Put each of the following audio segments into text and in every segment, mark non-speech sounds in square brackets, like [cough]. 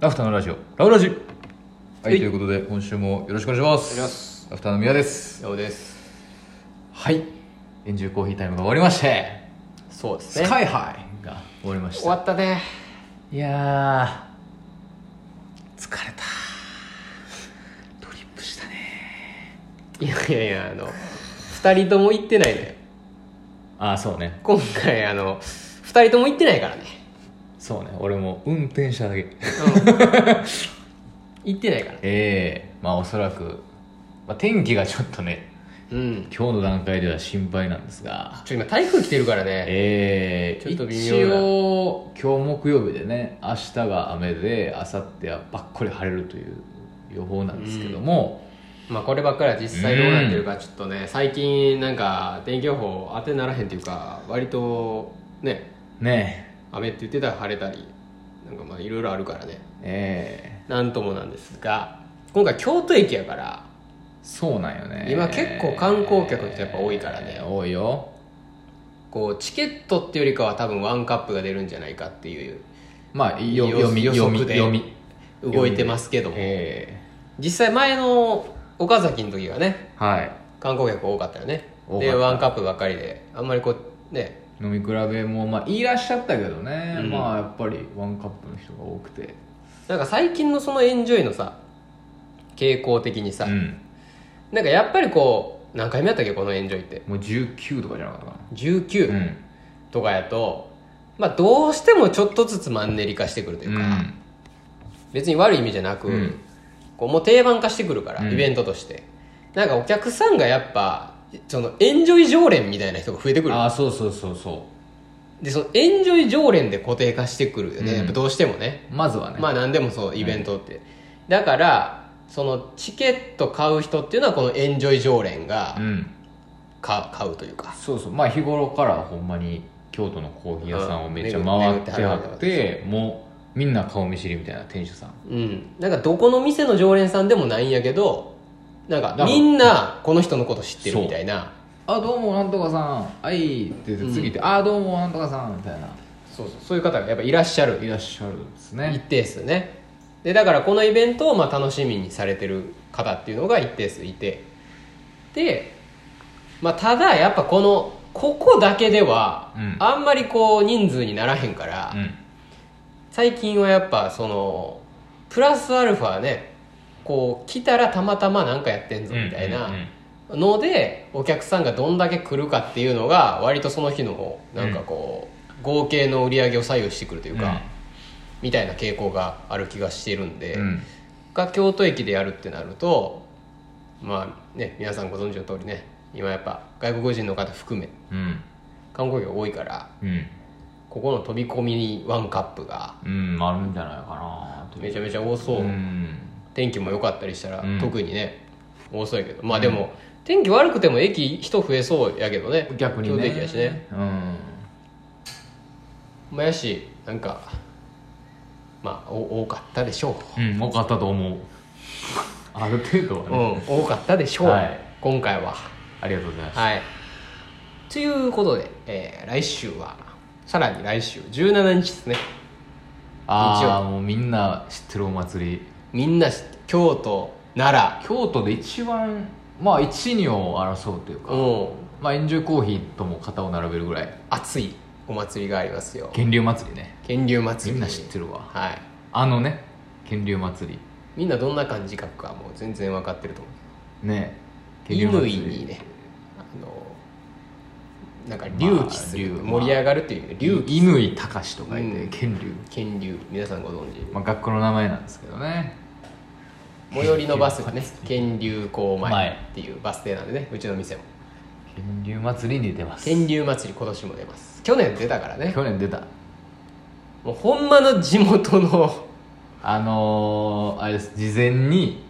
ラフターのラジオラウラジはい、はいということで今週もよろしくお願いしますお願いしますラフターの宮ですようですはい円柱コーヒータイムが終わりましてそうですスねカイハイが終わりまし終わたったねいやー疲れたドリップしたねいやいやいやあの2人とも行ってないのよああそうね今回あの2人とも行ってないからね、そうね俺も運転しただけ [laughs] [laughs] 行ってないからねええまあおそらく、まあ、天気がちょっとねうんちょ今日の段階では心配なんですがっと今台風来てるからねええちょっと微一妙な応今日木曜日でね明日が雨で明後日はばっこり晴れるという予報なんですけども、まあこればっかりは実際どうなってるかちょっとね最近なんか天気予報当てにならへんっていうか割とねね雨って言ってたら晴れたりなんかまあいろいろあるからねえええなんともなんですが今回京都駅やからそうなんよね今結構観光客の人やっぱ多いからね多いよこうチケットっていうよりかは多分ワンカップが出るんじゃないかっていうまあよ予読み予読み測で読み動いてますけども、え実際前の岡崎の時はねえはい観光客多かったよね多かっでたワンカップばっかりであんまりこうね飲み比べもまあいらっしゃったけどね、うんまあやっぱりワンカップの人が多くてなんか最近のそのエンジョイのさ傾向的にさ、うんなんかやっぱりこう何回目やったっけこのエンジョイってもう19とかじゃなかったかな19とかやと、まあどうしてもちょっとずつマンネリ化してくるとういんううか、ん別に悪い意味じゃなく、うんこうもう定番化してくるから、うんイベントとしてなんかお客さんがやっぱそのエンジョイ常連みたいな人が増えてくるああそうそうそうそでそのエンジョイ常連で固定化してくるよね、うんやっぱどうしてもねうまずはね、まあ何でもそうイベントって、だからそのチケット買う人っていうのはこのエンジョイ常連がうんか、買うというかそうそうまあ日頃からほんまに京都のコーヒー屋さんをめっちゃ回ってはうん巡っってもうみんな顔見知りみたいな店主さんうんなんかどこの店の常連さんでもないんやけどなんかからみんなこの人のこと知ってるみたいな「あどうもなんとかさんはい」って言って次行って「あどうもなんとかさん」みたいなそうそうそういう方がやっぱいらっしゃるいらっしゃるんです一ね定数ねでだからこのイベントをまあ楽しみにされてる方っていうのが一定数いてで、まあ、ただやっぱこのここだけではうんあんまりこう人数にならへんから、うん最近はやっぱそのプラスアルファねこう来たらたまたまなんかやってんぞみたいうんうんなのでお客さんがどんだけ来るかっていうのが割とその日のなんかこう合計の売り上げを左右してくるというか、みたいな傾向がある気がしてるんで、うんうんが京都駅でやるってなるとまあね皆さんご存知の通りね今やっぱ外国人の方含めうん観光客多いからうんここの飛び込みワンカップがうんあるんじゃないかなとめちゃめちゃ多そう、うん天気も良かったりしたら、うん特にね多そうやけどまあでも、天気悪くても駅人増えそうやけどね逆に京都ね駅やしねうんまあやしなんかまあお多かったでしょううん多かったと思うある程度はうねん多かったでしょう、はい今回はありがとうございますはい。ということで、えー来週は、さらに来週、17日ですね。ああもうみんな知ってるお祭りみんな知って、京都、奈京都で一番まあ一二を争うというか、良、うん、まあ円柱コーヒーとも肩を並べるぐらい熱いお祭りがありますよ。源流祭りね源流祭みんり。な知ってるわはい。あのね源流祭りみんなどんな感じかはもう全然分かってると思う。ね乾源流祭りにね、あの、なんか隆起する、まあ竜盛り上がるっていう意味で、隆起。乾隆と書いてうん源流、源流、皆さんご存知。まあ、学校の名前なんですけどね最寄りのバス [laughs] がね、源流港前っていうバス停なんでね、うちの店も。源流祭りに出ます天竜祭り今年も出ます去年出たからね去年出たもうほんまの地元のあのーあれです事前に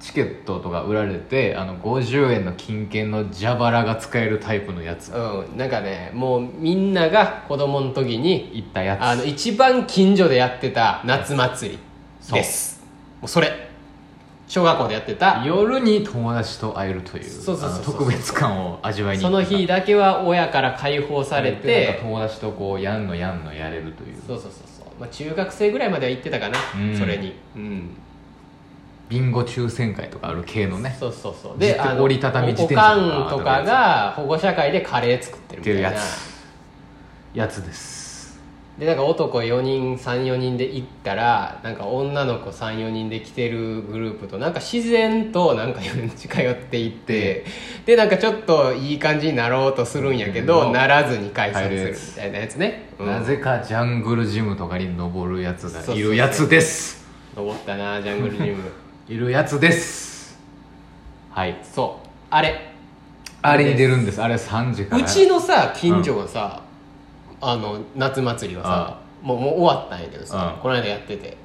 チケットとか売られてあの50円の金券の蛇腹が使えるタイプのやつうんなんかねもうみんなが子供の時に行ったやつあの一番近所でやってた夏祭りですもうそれ小学校でやってた夜に友達と会えるというそうそうそうそうあの特別感を味わいにその日だけは親から解放されでなんかて友達とこうやんのやんのやれるというそうそうそうそうまあ、中学生ぐらいまでは行ってたかな、うんそれに、うん、ビンゴ抽選会とかある系のねそうそうそうじっと折りたたみ自転車おとかおかんとかが保護者会でカレー作ってるっみていたういなやつやつですでなんか男4人34人で行ったらなんか女の子34人で来てるグループとなんか自然となんか4人近寄っていって、でなんかちょっといい感じになろうとするんやけど、うんならずに解散帰するるやみつたいなやつね、うんなぜかジャングルジムとかに登るやつそがういそうそるうやつです登ったなジャングルジムいるやつですはいそうあれあれに出るんですあれ3時からうちのさ近所がさ、あの夏祭りはさ、もうもう終わったんやけどさ、うんこの間やってて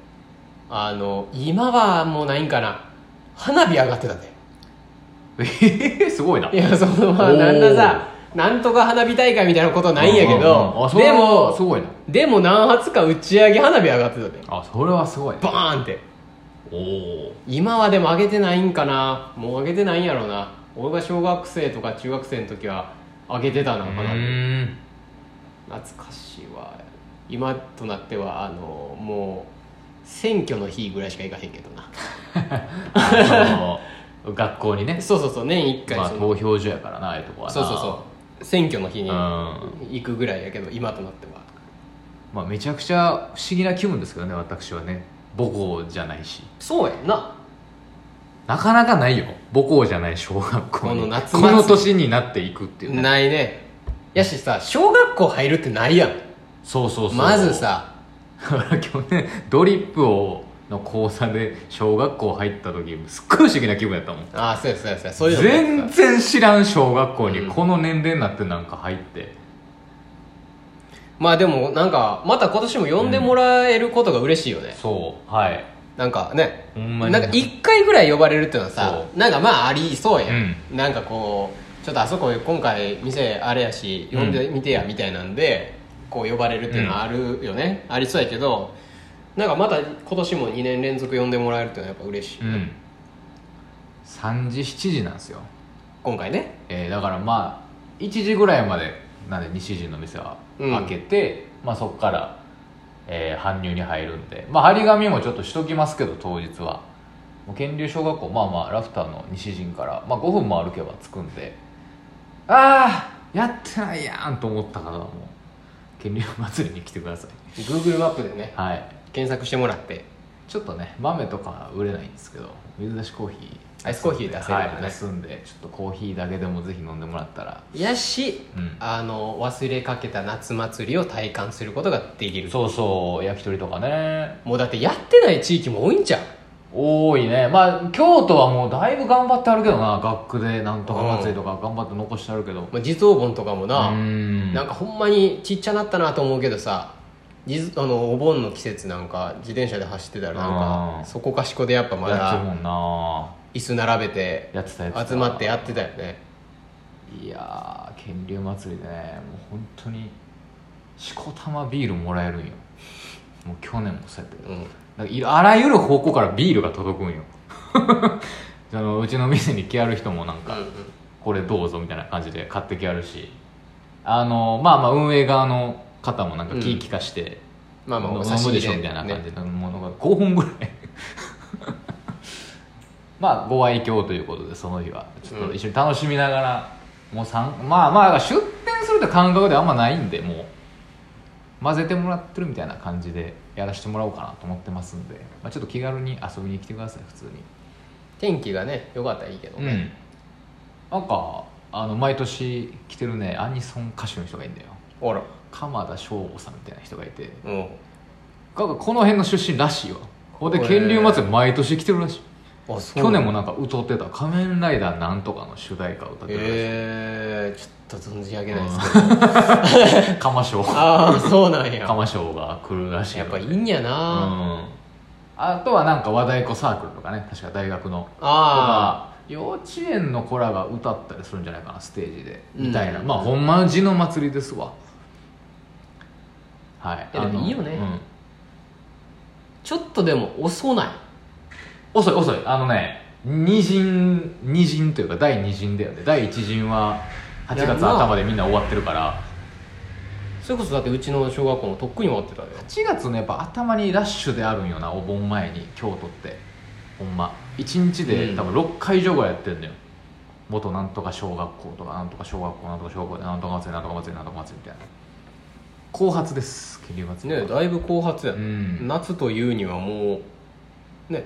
あの今はもうないんかな花火上がってたで、えへへすごいないやそのまおあーなんださなんとか花火大会みたいなことないんやけうど、んうんうんあそれではすもごいなでも何発か打ち上げ花火上がってたであそれはすごいバーンっておお今はでも上げてないんかなもう上げてないんやろうな俺が小学生とか中学生の時は上げてたなう花火ーん懐かしいわ今となってはあのもう選挙の日ぐらいしか行かへんけど [laughs] なあ [laughs] の学校にね、そうそうそう年1回まあ、その、投票所やからなああいうとこはなそうそうそう選挙の日にうん行くぐらいやけど今となってはまあ、めちゃくちゃ不思議な気分ですけどね私はね母校じゃないしそうやんななかなかないよ母校じゃない小学校にこの夏こ祭りの年になっていくっていうねないねやしさ小学校入るってないやんそうそうそうまずさだから去年ドリップをの講座で小学校入った時すっごい不思議な気分やったもんああそうやそうやそうやそういうのもあ全っ然てさ知らん小学校にうんこの年齢になってなんか入って、まあでもなんかまた今年も呼んでもらえることが嬉しいよね、そうはいなんかねほんまになんか1回ぐらい呼ばれるっていうのはさそなんかまあありそうやん、なんかこうちょっとあそこ今回店あれやし呼んでみてやみたいなんで、こう呼ばれるっていうのはあるよね、ありそうやけどなんかまた今年も2年連続呼んでもらえるっていうのはやっぱ嬉しい、うん3時7時なんですよ、今回ねえーだからまあ1時ぐらいまでなんで西陣の店は開けて、まあそっから、えー搬入に入るんでまあ張り紙もちょっとしときますけど当日はもう県立小学校まあまあラフターの西陣から、まあ、5分も歩けば着くんでああやってないやんと思った方はもう県立祭りに来てください Google マップでねはい検索してもらってちょっとね豆とか売れないんですけど水出しコーヒーアイスコーヒー出せるからねはい、出すんでちょっとコーヒーだけでもぜひ飲んでもらったらやし、うんあの忘れかけた夏祭りを体感することができるそうそう焼き鳥とかねもうだってやってない地域も多いんじゃん多いねまあ京都はもうだいぶ頑張ってあるけどな学区でなんとか祭りとか頑張って残してあるけどまあ、地蔵盆とかもな、うんなんかほんまにちっちゃなったなと思うけどさじずあのお盆の季節なんか自転車で走ってたらなんあーかそこかしこでやっぱまやってるもだんな椅子並べてやってたやつ集まってやってたよねいやー県流祭りでねもう本当にしこたまビールもらえるんよもう去年もそうやったけどうんなんかいろあらゆる方向からビールが届くんよ [laughs] そのうちの店に来やる人もなんか、これどうぞみたいな感じで買ってきやるしあのまあまあ運営側の方もなんか気ぃ利かして、まあまあ飲おむ刺身ででしょみたいな感ねじのものが5本ぐらい [laughs] まあご愛嬌ということでその日はちょっと一緒に楽しみながら、もうさんまあまあ出店するって感覚ではあんまないんでもう混ぜてもらってるみたいな感じでやらせてもらおうかなと思ってますんで、まあ、ちょっと気軽に遊びに来てください普通に天気がねよかったらいいけどうんね、なんかあの毎年来てるねアニソン歌手の人がいるんだよあら鎌田省吾さんみたいな人がいてうんなんかこの辺の出身らしいわほんでへー県流祭り毎年来てるらしいあそう去年もなんか歌ってた「仮面ライダーなんとか」の主題歌を歌ってるえー、ちょっと存じ上げないらでしすいけ [laughs] ど、釜賞ああそうなんや釜賞が来るらしいやっぱいいうんんやな、あとはなんか和太鼓サークルとかね確か大学のとああか幼稚園の子らが歌ったりするんじゃないかなステージでみたいな、うんまあほんまの地の祭りですわはいいやでもあのいいよねうんちょっとでも遅ない遅い遅いあのね二陣二陣というか第二陣だよね第一陣は8いや月まあ頭でみんな終わってるからそれこそだってうちの小学校もとっくに終わってたで8月のやっぱ頭にラッシュであるんよなお盆前に京都ってほんま1日でうん多分6回以上ぐらいやってんのよ、元なんとか小学校とかなんとか小学校なんとか小学校でなんとか祭りなんとか祭りなんとか祭りみたいな後発です桐生祭りねはだいぶ後発やうな、ん夏というにはもうね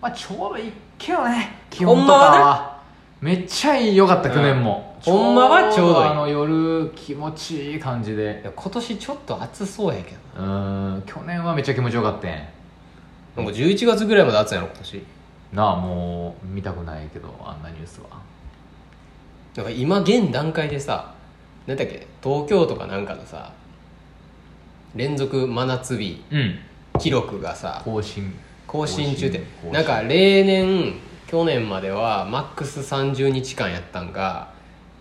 まあちょうどいいけどね気ほ温んとかまはねはめっちゃいいよかったうん去年も、ほんまはちょうどいいあの夜気持ちいい感じでいや今年ちょっと暑そうやけどうーん去年はめっちゃ気持ちよかったんななんか11月ぐらいまで暑いやろ今年なあもう見たくないけどあんなニュースはなんか今現段階でさ何だっけ東京とかなんかのさ連続真夏日うん記録がさ更新更新中って更新なんか例年去年まではマックス30日間やったんが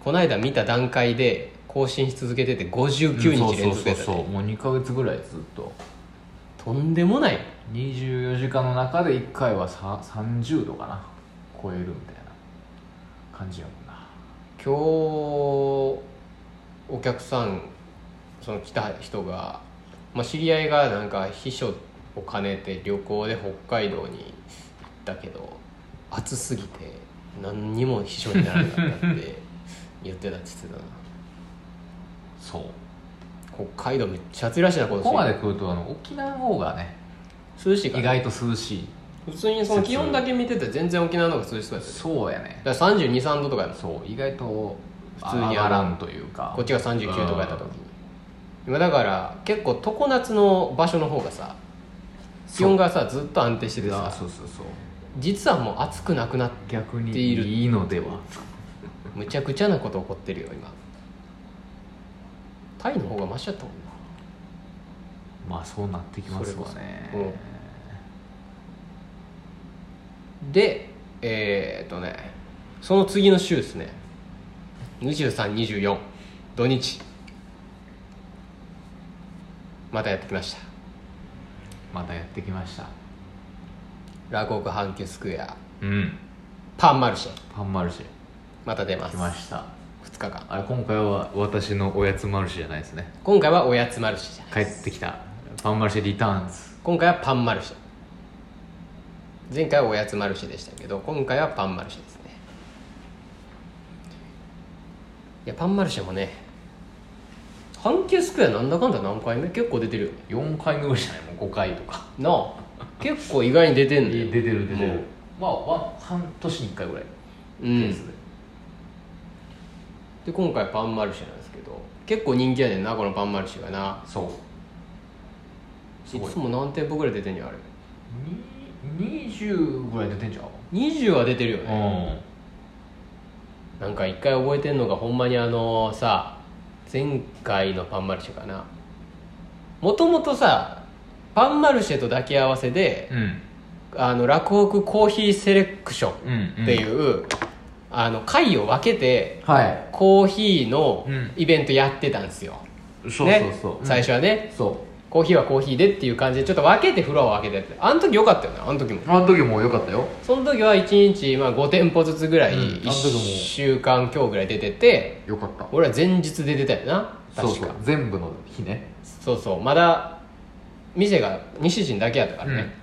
この間見た段階で更新し続けてて59日連続やうんそうそうそっうたそねうもう2ヶ月ぐらいずっととんでもない24時間の中で1回はさ30度かな超えるみたいな感じやもんな今日お客さんその来た人が、まあ、知り合いがなんか秘書を兼ねて旅行で北海道に行ったけど暑すぎて何にも秘書にならなかったって [laughs] 言ってたって言ってそうたな北海道めっちゃ暑いらしいなこ今年こまで来るとあの沖縄の方がね涼しいか意ら外と涼しい普通にその気温だけ見てて全然沖縄の方が涼しそうやったよそうやねだから3 2 3度とかやもんそう意外と普通にあの上がらんというかこっちが39とかやった時に今だから結構常夏の場所の方がさ気温がさずっと安定しててあさそうそうそう実はもう暑くなくなって逆にっているいいのではむちゃくちゃなこと起こってるよ今タイの方がマシだったもんなまあそうなってきますわそねれこでえー、っとねその次の週ですね2324土日またやってきましたまたやってきました落語阪急スクエアうんパンマルシェパンマルシまた出まェす来ました2日間あれ今回は私のおやつマルシェじゃないですね今回はおやつマルシェじゃない帰ってきたパンマルシェリターンズ今回はパンマルシェ前回はおやつマルシェでしたけど今回はパンマルシェですねいやパンマルシェもね阪急スクエアなんだかんだ何回目結構出てるよね4回目ぐらいじゃないもう5回とかなあ結構意外に出てんの出よてる出ても、るまあわ半年に1回ぐらいううペん、ースでで、今回パンマルシェなんですけど結構人気やねんなこのパンマルシェがなそうすいごいつも何店舗ぐらい出てんのよあれに20ぐらい出てんじゃん20は出てるよねうんなんか一回覚えてんのがほんまにあのさ前回のパンマルシェかなもともとさパンマルシェと抱き合わせで、うんあの洛北コーヒーセレクションうんうんっていう、あの会を分けてはいコーヒーのうんイベントやってたんですよ、そうねそうそう、最初はねそコーヒーはコーヒーでっていう感じでちょっと分けてフロアを分けてやってたあの時よかったよねあの時もうあの時も良かったよその時は1日、まあ、5店舗ずつぐらいうんあの時1も週間強ぐらい出てて、良かった俺は前日で出たよな確そかうそう全部の日ねそうそうまだ店が西陣だけやったからね、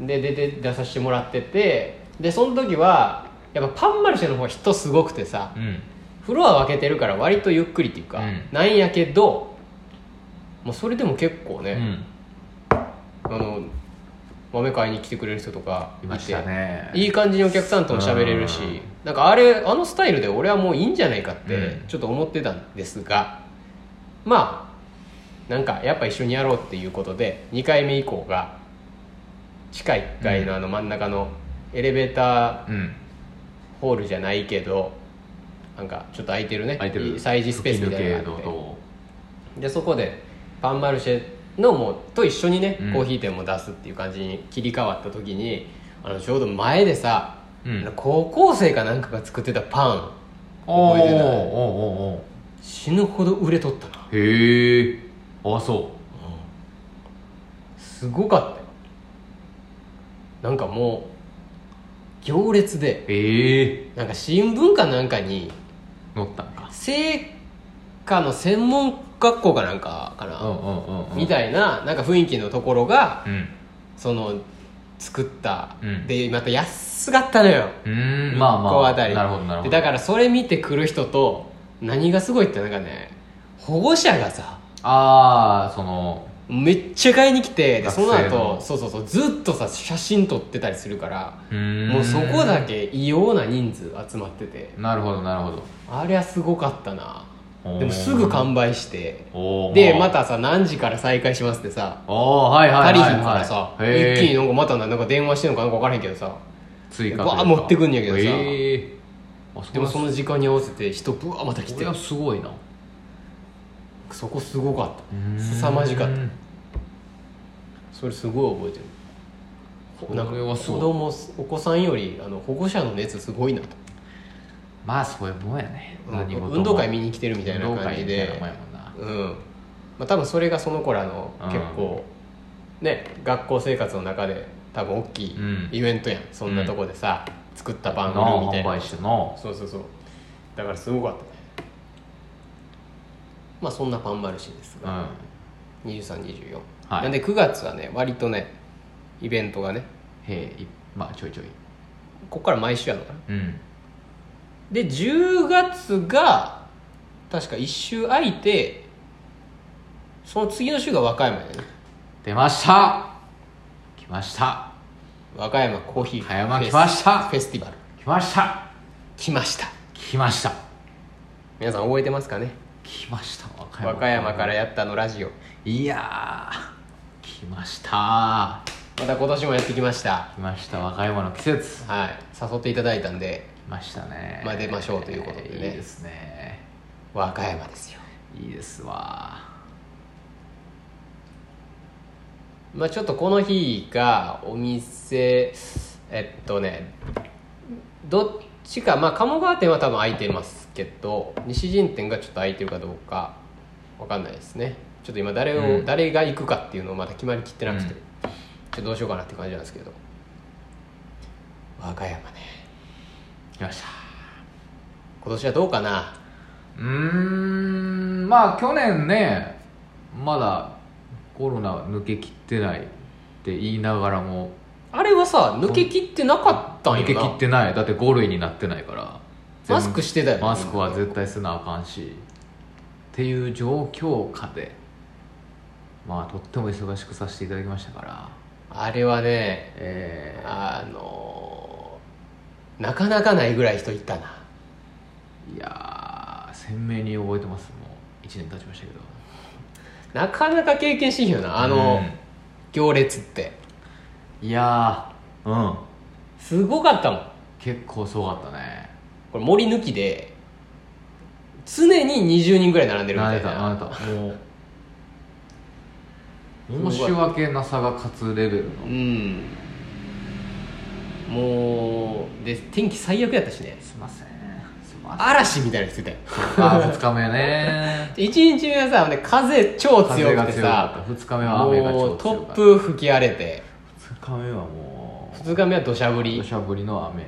で出て出させてもらっててでその時はやっぱパンマルシェの方が人すごくてさうんフロア分けてるから割とゆっくりっていうか、うんなんやけどもうそれでも結構うね、んあの豆買いに来てくれる人とかいいましてたねいい感じにお客さんとも喋れるし、うんなんかあれあのスタイルで俺はもういいんじゃないかってうんちょっと思ってたんですが、まあなんかやっぱ一緒にやろうっていうことで2回目以降が地下1階のあの真ん中のエレベーターうんホールじゃないけどなんかちょっと空いてるね空いてる催事スペースみたいなのが吹あき抜ってけのでそこでパンマルシェのもうと一緒にね、うんコーヒー店も出すっていう感じに切り替わった時にあのちょうど前でさ、うん高校生かなんかが作ってたパンとおー覚えてないおーおーお死ぬほど売れとったなーへえあそすごかったよなんかもう行列でうへえなんか新聞かなんかに乗ったんか成果の専門学校かなんかかな、うんうんうんうんみたいななんか雰囲気のところがうんその作った、うんでまた安かったのようーんまあまあ1個あたりなるほどなるほでどだからそれ見てくる人と何がすごいってなんかね保護者がさああそのめっちゃ買いに来てで学そ生のの後そうそうそうずっとさ写真撮ってたりするからうーんもうそこだけ異様な人数集まっててなるほどなるほあれはすごかったなどでもすぐ完売しておーでおーまたさ何時から再開しますってさおーはいはいはい足りひはんいからさへ一ー気になんかまたなんか電話してんのかなんか分からへんけどさ追加というわかー持ってくんやけどさへえあでもそのの時間に合わせて人ぶわーまた来こてれはすごいなそこすごかったす凄まじかったそれすごい覚えてるこれはす子ごい供お子さんよりあの保護者の熱すごいなとまあそういうもんやね何事も運動会見に来てるみたいな運動感会じみたいなでもんやもんなうんまあ多分それがその子らのうん結構ね学校生活の中で多分大きいうんイベントやんそんなとこでさ作ったパンな売るみたい販な売してなそうそうそうだからすごかったねまあそんなパンマルシェですうがん2324はいなんで9月はね割とねイベントがねへえいまあちょいちょいここから毎週やのかなうんで10月が確か1週空いてその次の週が和歌山やね出ました来ました和歌山コーヒー和歌山フェス来ましたフェスティバル来ました来ました来ました皆さん覚えてますかね来ました和歌和歌山からやったのラジオいやー来ましたまた今年もやってきました来ました和歌山の季節はい誘っていただいたんで来ましたねまあ出ましょうということでねいいですね和歌山ですよいいですわまあちょっとこの日がお店えっとねどっちかまあ鴨川店は多分空いてますけど西陣店がちょっと空いてるかどうかわかんないですねちょっと今誰を、うん誰が行くかっていうのをまだ決まりきってなくて、うんちょっとどうしようかなって感じなんですけど和歌山ね来ました今年はどうかなうーんまあ去年ねまだコロナ抜けきってないって言いながらもあれはさ抜け切ってなかったん抜よけなきってないだって5類になってないからマスクしてたよねマスクは絶対せなあかんしっていう状況下でまあとっても忙しくさせていただきましたからあれはねえあのなかなかないぐらい人いたなーいやー鮮明に覚えてますもう1年経ちましたけどなかなか経験しんよなあの、行列ってうんいやーうんすごかったもん結構すごかったねこれ森抜きで常に20人ぐらい並んでるみなたれいたななれたもう申し訳なさが勝つレベルのうんもうで天気最悪やったしねすいま [laughs] せんすいません嵐みたいなのしてたよあ2日目ね1日目はさほんで風超風強がくて強かさった2日目は雨がも超う強突かった風吹き荒れて2日目はもう2日目は土砂降り土砂降りの雨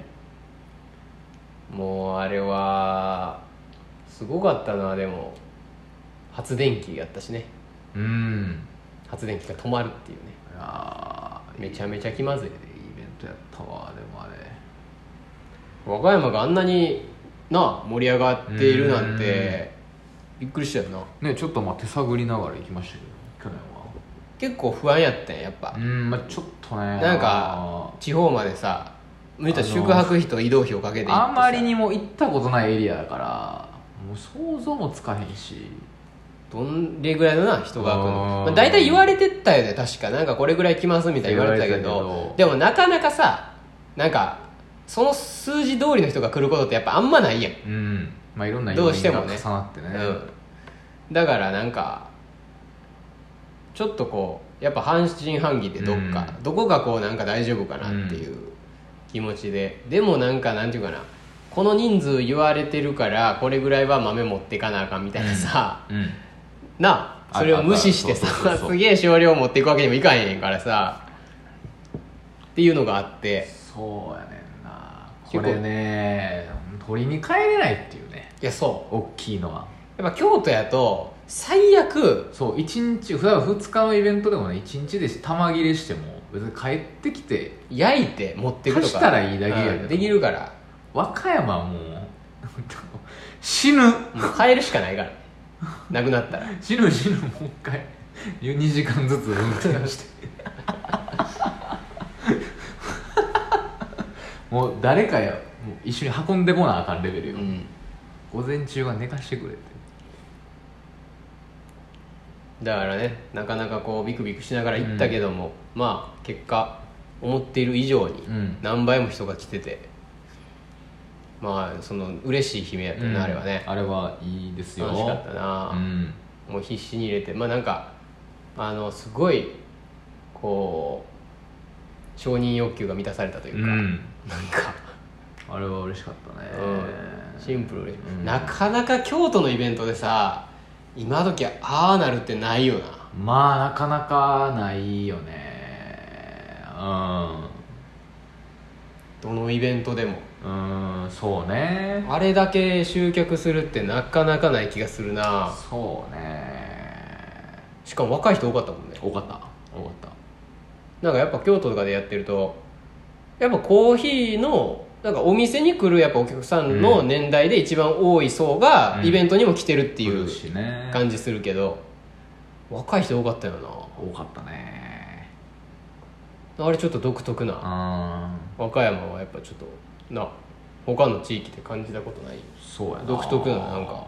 もうあれはすごかったなでも発電機やったしねうん発電機が止まるっていうねいやめちゃめちゃ気まずいーいいイベントやったわでもあれ和歌山があんなになあ盛り上がっているなんてびっくりしたよなねちょっとまあ手探りながら行きましたけど去年は結構不安やったんやっぱうんまあちょっとねなんか地方までさ向いたら宿泊費と移動費をかけて行ってさあんまりにも行ったことないエリアだからもう想像もつかへんしどんれぐらいのな人が来るあのーまあ、大体言われてたよね確かなんかこれぐらい来ますみたいに言われてたけ言どわれてたけでもなかなかさなんかその数字通りの人が来ることってやっぱあんまないやん、うんまあいろんなどうしてもね要因が重なってねうん、だからなんかちょっとこうやっぱ半信半疑でどっか、うどこがこうなんか大丈夫かなっていう気持ちで、でもなんかなんていうかなこの人数言われてるからこれぐらいは豆持ってかなあかんみたいなさ、うんなあそれを無視してさあああそうそうそうそうすげえ少量持っていくわけにもいかへんからさっていうのがあってそうやねんな結こ構れね取りに帰れないっていうねいやそ大きいのはうやっぱ京都やと最悪そう一日普段2日のイベントでもね1日で玉切れしても別に帰ってきて焼いて持ってくとか足したらいいだけやけどうんできるから和歌山はもう死ぬもう変えるしかないから [laughs] なくなったら死ぬ死ぬもう一回2時間ずつ運転してもう誰かやもう一緒に運んでこなあかんレベルうよ、ん午前中は寝かしてくれってだからねなかなかこうビクビクしながら行ったけども、まあ結果思っている以上にうん何倍も人が来てて、まあその嬉しい悲鳴やったな、あれはねあれはいいですよ楽しかったな、うんもう必死に入れてまあなんかあのすごいこう承認欲求が満たされたといううか、んなんかあれは嬉しかったね、シンプル嬉しい、うんなかなか京都のイベントでさ今時ああなるってないよなまあなかなかないよねどのイベントでもうんうんそうねあれだけ集客するってなかなかない気がするなそうねしかも若い人多かったもんね多かった多かったなんかやっぱ京都とかでやってるとやっぱコーヒーのなんかお店に来るやっぱお客さんのうん年代で一番多い層がうんイベントにも来てるってい来うるしね感じするけど若い人多かったよ多かったねなあれちょっと独特なうん和歌山はやっぱちょっとな他の地域で感じたことないそうやな独特ななんか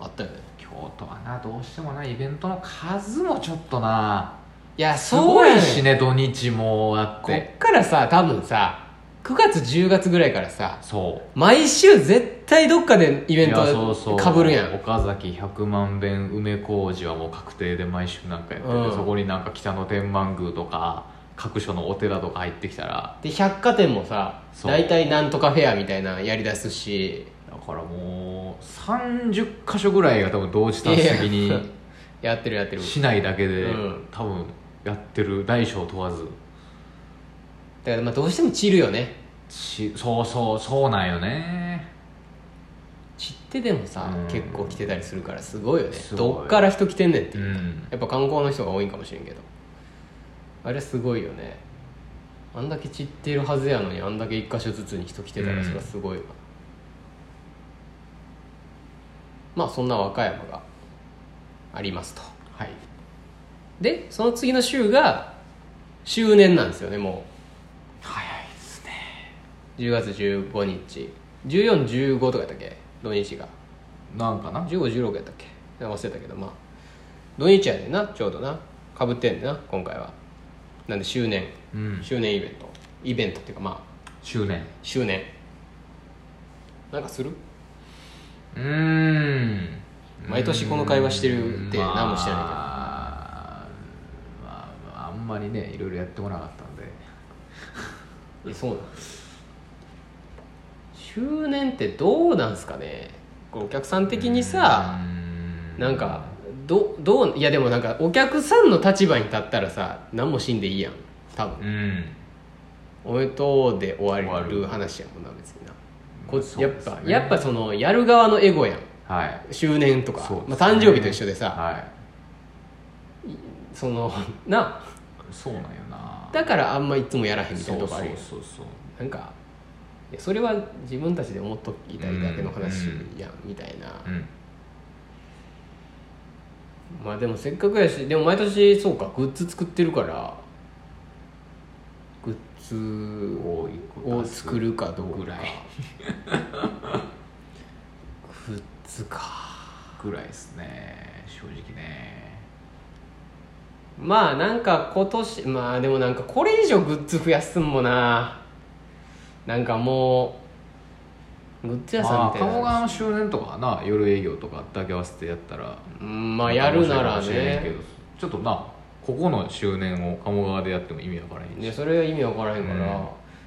あったよね京都はなどうしてもなイベントの数もちょっとないやすごいしねね土日もあっこてっからさ多分さ9月10月ぐらいからさそう毎週絶対どっかでイイベントかぶるやん岡崎百万遍梅小路はもう確定で毎週なんかやってて、うんそこになんか北の天満宮とか各所のお寺とか入ってきたらで百貨店もさそう大体なんとかフェアみたいなのやりだすしだからもう30箇所ぐらいが多分同時多発的いにややってるやってる市内だけでうん多分やってる大小問わずだからまあどうしても散るよねしそうそうそうなんよね散ってでもさうん結構来てたりするからすごいよねすごいどっから人来てんねんってういうんやっぱ観光の人が多いんかもしれんけどあれすごいよねあんだけ散ってるはずやのにあんだけ一箇所ずつに人来てたうらんそれはすごいわ、まあそんな和歌山がありますとはいでその次の週が周年なんですよねも早いですねう10月15日1415とかやったっけ土日がなんかな1516やったっけ忘れたけどまあ土日やねんなちょうどなかぶってんねんな今回はなんで周年うん周年イベントイベントっていうかまあ周年周年なんかするうーん毎年この会話してるって何もしてないけまどあまあ、あんまりねいろいろやってこなかったんでえそうなん周年ってどうなんすかねこうお客さん的にさうなんかどどういやでもなんかお客さんの立場に立ったらさ何もしんでいいやん多分うんおめでとうで終わ終わるる話やもんな別になこそうやっですぱ、ねやっぱそのやる側のエゴやんはい周年とか、そうですまねあ、誕生日と一緒でさはいその [laughs] なそうなんよなだからあんまいつもやらへんみたそいなうそとうこあるやんそうそうなんかいやそれは自分たちで思っときたいだけの話やんみたいな、うんまあでもせっかくやしでも毎年そうかグッズ作ってるからグッズ多いを作るかどうかぐらいグッズかぐらいですね正直ねまあなんか今年まあでもなんかこれ以上グッズ増やすんもななんかもうグッズ屋さんまみあたいな鴨川の周年とかはな夜営業とかだけ合わせてやったらうんまあやるなら面白いかもしれんけねどちょっとなここの周年を鴨川でやっても意味わからへんしでそれは意味わからへんから、うん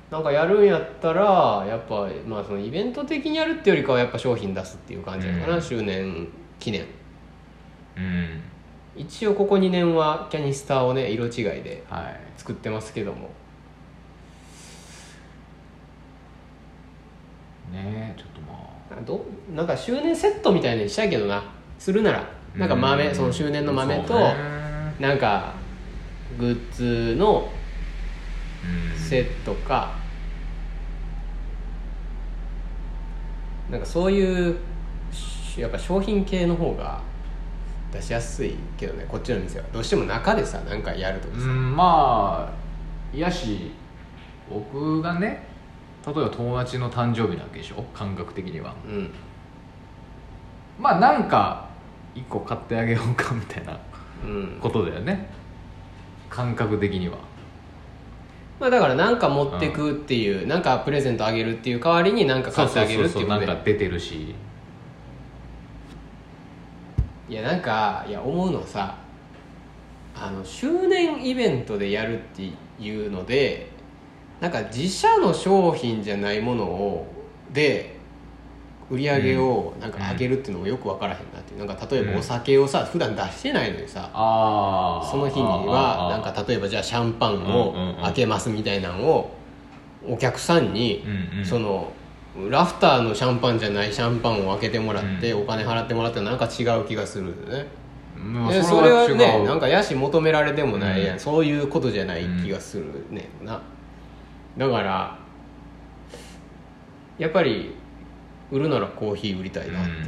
なんかやるんやったらやっぱ、まあ、そのイベント的にやるってよりかはやっぱ商品出すっていう感じやかな、うん周年記念うん一応ここ2年はキャニスターをね色違いではい作ってますけどもねえちょっとまあどなんか周年セットみたいにしたいけどなするならなんか豆その周年の豆とそうねなんかグッズのうんセットかなんかそういうしやっぱ商品系の方が出しやすいけどねこっちの店はどうしても中でさなんかやるとかうさ、んまあいやし僕がね例えば友達の誕生日なわけでしょ感覚的にはうん、まあなんか一個買ってあげようかみたいなうんことだよね感覚的にはまあだからなんか持ってくっていう、なんかプレゼントあげるっていう代わりになんか買ってあげるっていうこなとんでか出てるしいやなんかいや思うのはさあの周年イベントでやるっていうのでなんか自社の商品じゃないものをで売り上げをなんか上げるっていうのもよく分からへんなっていうなんか例えうんばお酒をさ普段出してないのにさああその日にはなんか例えばじゃあシャンパンをうんうんうん開けますみたいなのをお客さんにうんうんそのラフターのシャンパンじゃないシャンパンを開けてもらってうんお金払ってもらったらなんか違う気がするよねうんでそそれれはは違うねなんかやし求められてもないやん、うんそういうことじゃない気がするねんな、だからやっぱり売るならコーヒー売りたいなっていう、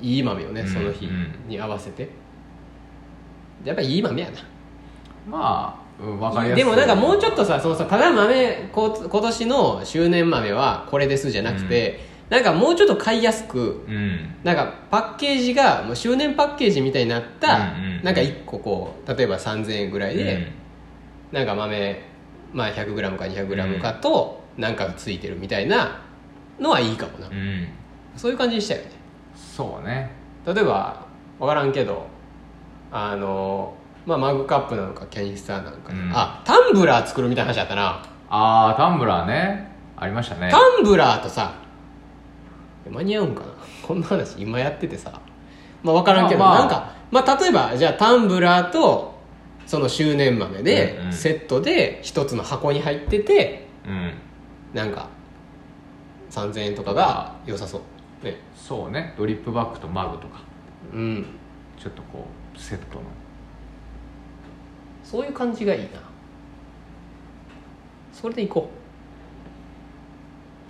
いい豆をねうんその日に合わせて、やっぱりいい豆やなまあ、うん、分かりやすいでもなんかもうちょっとさそのさただ豆こ今年の周年豆はこれですじゃなくて、なんかもうちょっと買いやすくうんなんかパッケージがもう周年パッケージみたいになった、うんうんうんなんか1個こう例えば3000円ぐらいで、なんか豆、まあ、100g か 200g かと、なんかついてるみたいなのはいいかもな、うん、うん、そういう感じにしたよねそうね例えば分からんけどあの、まあ、マグカップなのかキャニスターなのか、うんあタンブラー作るみたいな話あったなああタンブラーねありましたねタンブラーとさ間に合うんかなこんな話今やっててさまあ分からんけど、まあまあなんか、まあ、例えばじゃあタンブラーとその周年豆で、うんうんセットで一つの箱に入っててうんなんか3000円とかが良さそうねそうねドリップバッグとマグとかうんちょっとこうセットのそういう感じがいいなそれでいこ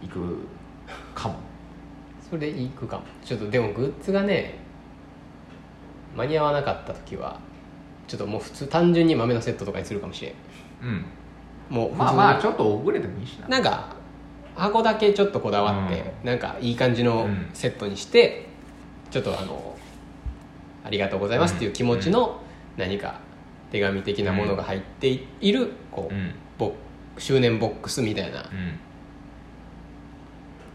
ういくかもそれでいくかもちょっとでもグッズがね間に合わなかった時はちょっともう普通単純に豆のセットとかにするかもしれんうんもう普通にまあまあちょっと遅れてもいいしななんか箱だけちょっとこだわって、なんかいい感じのうんセットにして、ちょっとあのありがとうございますっていう気持ちの何か手紙的なものが入っていいるこうう、んボ周年ボックスみたいなうん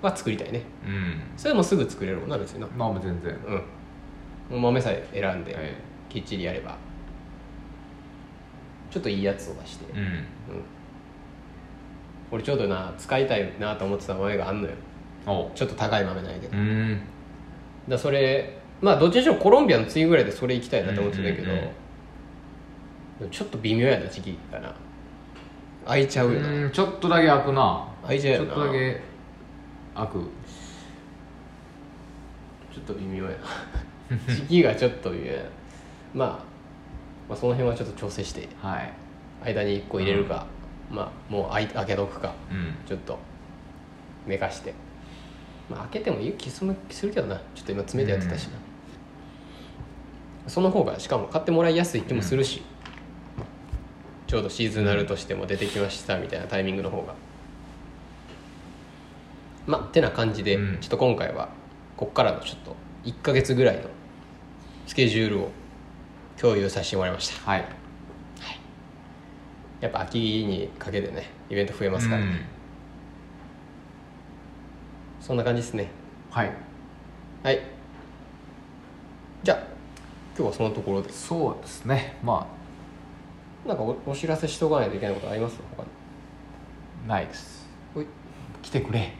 は作りたいねうんそれもすぐ作れるもんな別になまあもう全然うんもう豆さえ選んで、えきっちりやればちょっといいやつを出して、えうんうん俺ちょうどな使いたいなと思ってた豆があんのよおうちょっと高い豆ないけど、うだかんらそれまあどっちにしろコロンビアの次ぐらいでそれ行きたいなと思ってたけど、うんうんうんでもちょっと微妙やな時期かな開いちゃううよな、んちょっとだけ開くな開いちちゃょうよっなとだけ開くちょっと微妙やな時期がちょっと微妙やな、まあ、まあその辺はちょっと調整してはい間に1個入れるか、まあもう開い開けとくかうんちょっと寝かして、まあ、開けてもいい気すむするけどなちょっと今詰めてやってたしな、その方がしかも買ってもらいやすい気もするし、ちょうどシーズナルとしても出てきましたみたいなタイミングの方がまあてな感じで、うんちょっと今回はこっからのちょっと1ヶ月ぐらいのスケジュールを共有させてもらいましたはいやっぱ秋にかけてねイベント増えますから、うんそんな感じですねはいはいじゃあ今日はそのところですそうですねまなんかおお知らせしとかないといけないことあります他にあないですおい来てくれ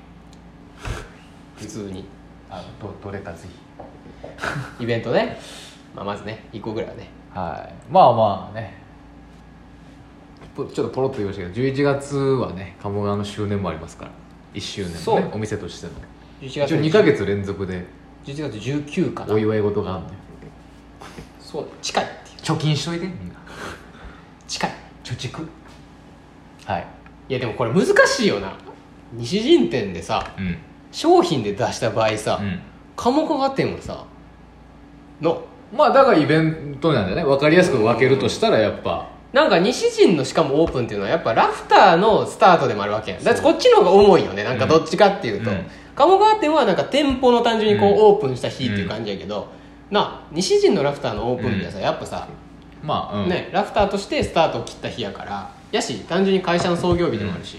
普通にあのどどれかぜひイベントね、まあ、まずね1個ぐらいはねはいまあまあねぽちょっとポロッと言いましたけど11月はね鴨川の周年もありますから1周年その、うね、お店としての11一応2ヶ月連続で11月19かなお祝い事があるんでそう近いっていう貯金しといてみんな近い貯蓄はいいやでもこれ難しいよな西陣店でさうん商品で出した場合さ、うん鴨川店はさのまあだからイベントなんじゃない分かりやすく分けるとしたらやっぱなんか西陣のしかもオープンっていうのはやっぱラフターのスタートでもあるわけやんだってこっちの方が重いよねなんかどっちかっていうと、うん鴨川店はなんか店舗の単純にこう、うんオープンした日っていう感じやけど、な西陣のラフターのオープンってさ、やっぱさ、まあうんね、ラフターとしてスタートを切った日やからやし単純に会社の創業日でもあるし、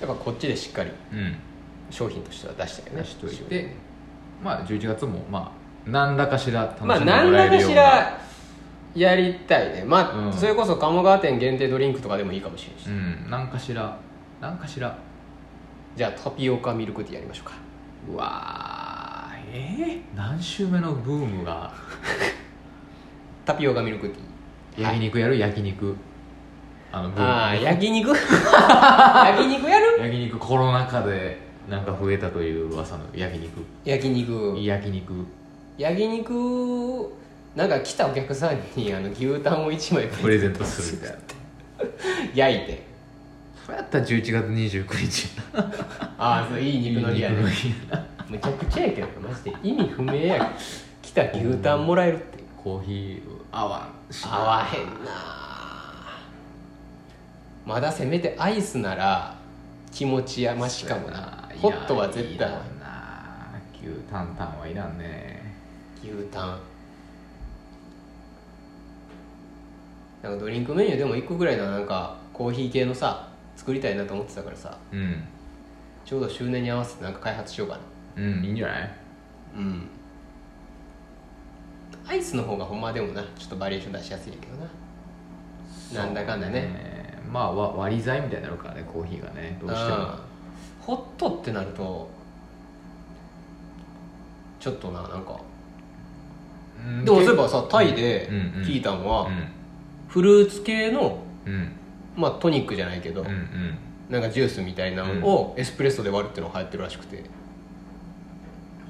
やっぱこっちでしっかりうん商品としては出したよね出しといてまあ11月もまあ何らかしら楽しんまあでも何ららえるかようしな、らやりたいねまあ、うんそれこそ鴨川店限定ドリンクとかでもいいかもしれないし、うん何かしら何かしらじゃあタピオカミルクティーやりましょうかうわーえー、何週目のブームがタピオカミルクティー焼はい肉やる焼肉あのブああーム焼肉 [laughs] 焼肉やる焼肉コロナ禍でなんか増えたという噂の焼肉焼肉焼肉焼肉なんか来たお客さんにあの牛タンを1枚プレゼントするみたいな焼いてそうやったら11月29日ああそういい肉のりやねめちゃくちゃやけどマジで意味不明やけど来た牛タンもらえるってコーヒー合わんし合わへんなまだせめてアイスなら気持ちやましかもなホットは絶いや対いらんな牛タンタンはいらんね牛タンなんかドリンクメニューでも1個ぐらいのなんかコーヒー系のさ作りたいなと思ってたからさうんちょうど周年に合わせてなんか開発しようかなうんいいんじゃないうんアイスの方がほんまでもなちょっとバリエーション出しやすいんやけどななんだかんだねねまあわ割り剤みたいになるからねコーヒーがねどうしてもうんホットってなるとちょっとななんかうんでもそういえばさタイでうんうん聞いたのうはんフルーツ系の、うんまあ、トニックじゃないけど、うんうんなんかジュースみたいなのをエスプレッソで割るってのが流行ってるらしくて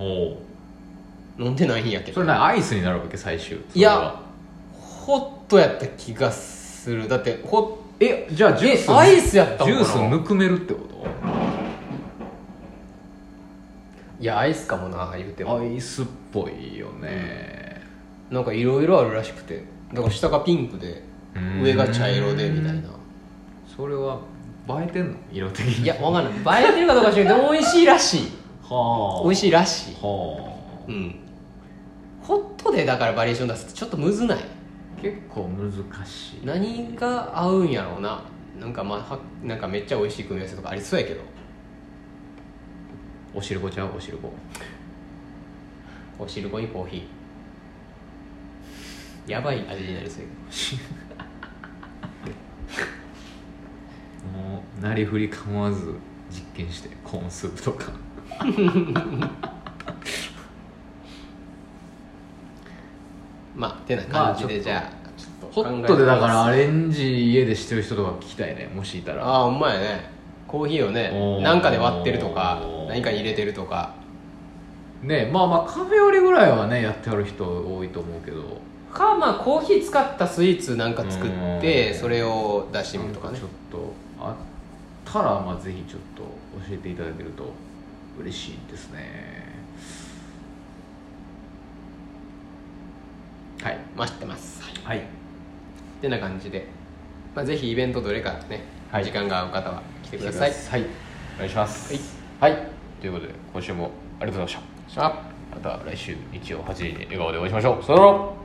お飲んでないんやけそどれなアイスになるわけ最終いやホットやった気がするだってホそれはえじゃあジュースえアイスやったんかジなュースぬくめるってこといやアイスかもな言うてもアイスっぽいよね、なんかいろいろあるらしくてだから下がピンクでうん上が茶色でみたいなそれは映えてんの色的にいやわかんない映えてるかどうか知らないけど美味しいらしいはあ美味しいらしいはうんホットでだからバリエーション出すってちょっとむずないあ結構難しい何が合うんやろうななんかまあはなんかめっちゃ美味しい組み合わせとかありそうやけどお汁粉ちゃうお汁粉お汁粉にコーヒーやばい味になりそうやもうなりふり構わず実験してコーンスープとかけどまあてな感じでじゃあちょっホ考えッてトでだからアレンジ家でしてる人とか聞きたいねもしいたらああほんまやねコーヒーをおねーなんかで割ってるとかおー何かに入れてるとかねまあまあカフェオレぐらいはねやってある人多いと思うけどかまあコーヒー使ったスイーツなんか作っうてんそれを出してみるなんとかかねちょっとあったらまあぜひちょっと教えていただけると嬉しいですねはい待ってますはいてな感じで、まあ、ぜひイベントどれかね、はい時間が合う方は来て来くださいはいお願いしますはい、ということで今週もありがとうございましあたまた来週日曜8時に笑顔でお会いしましょうさよなら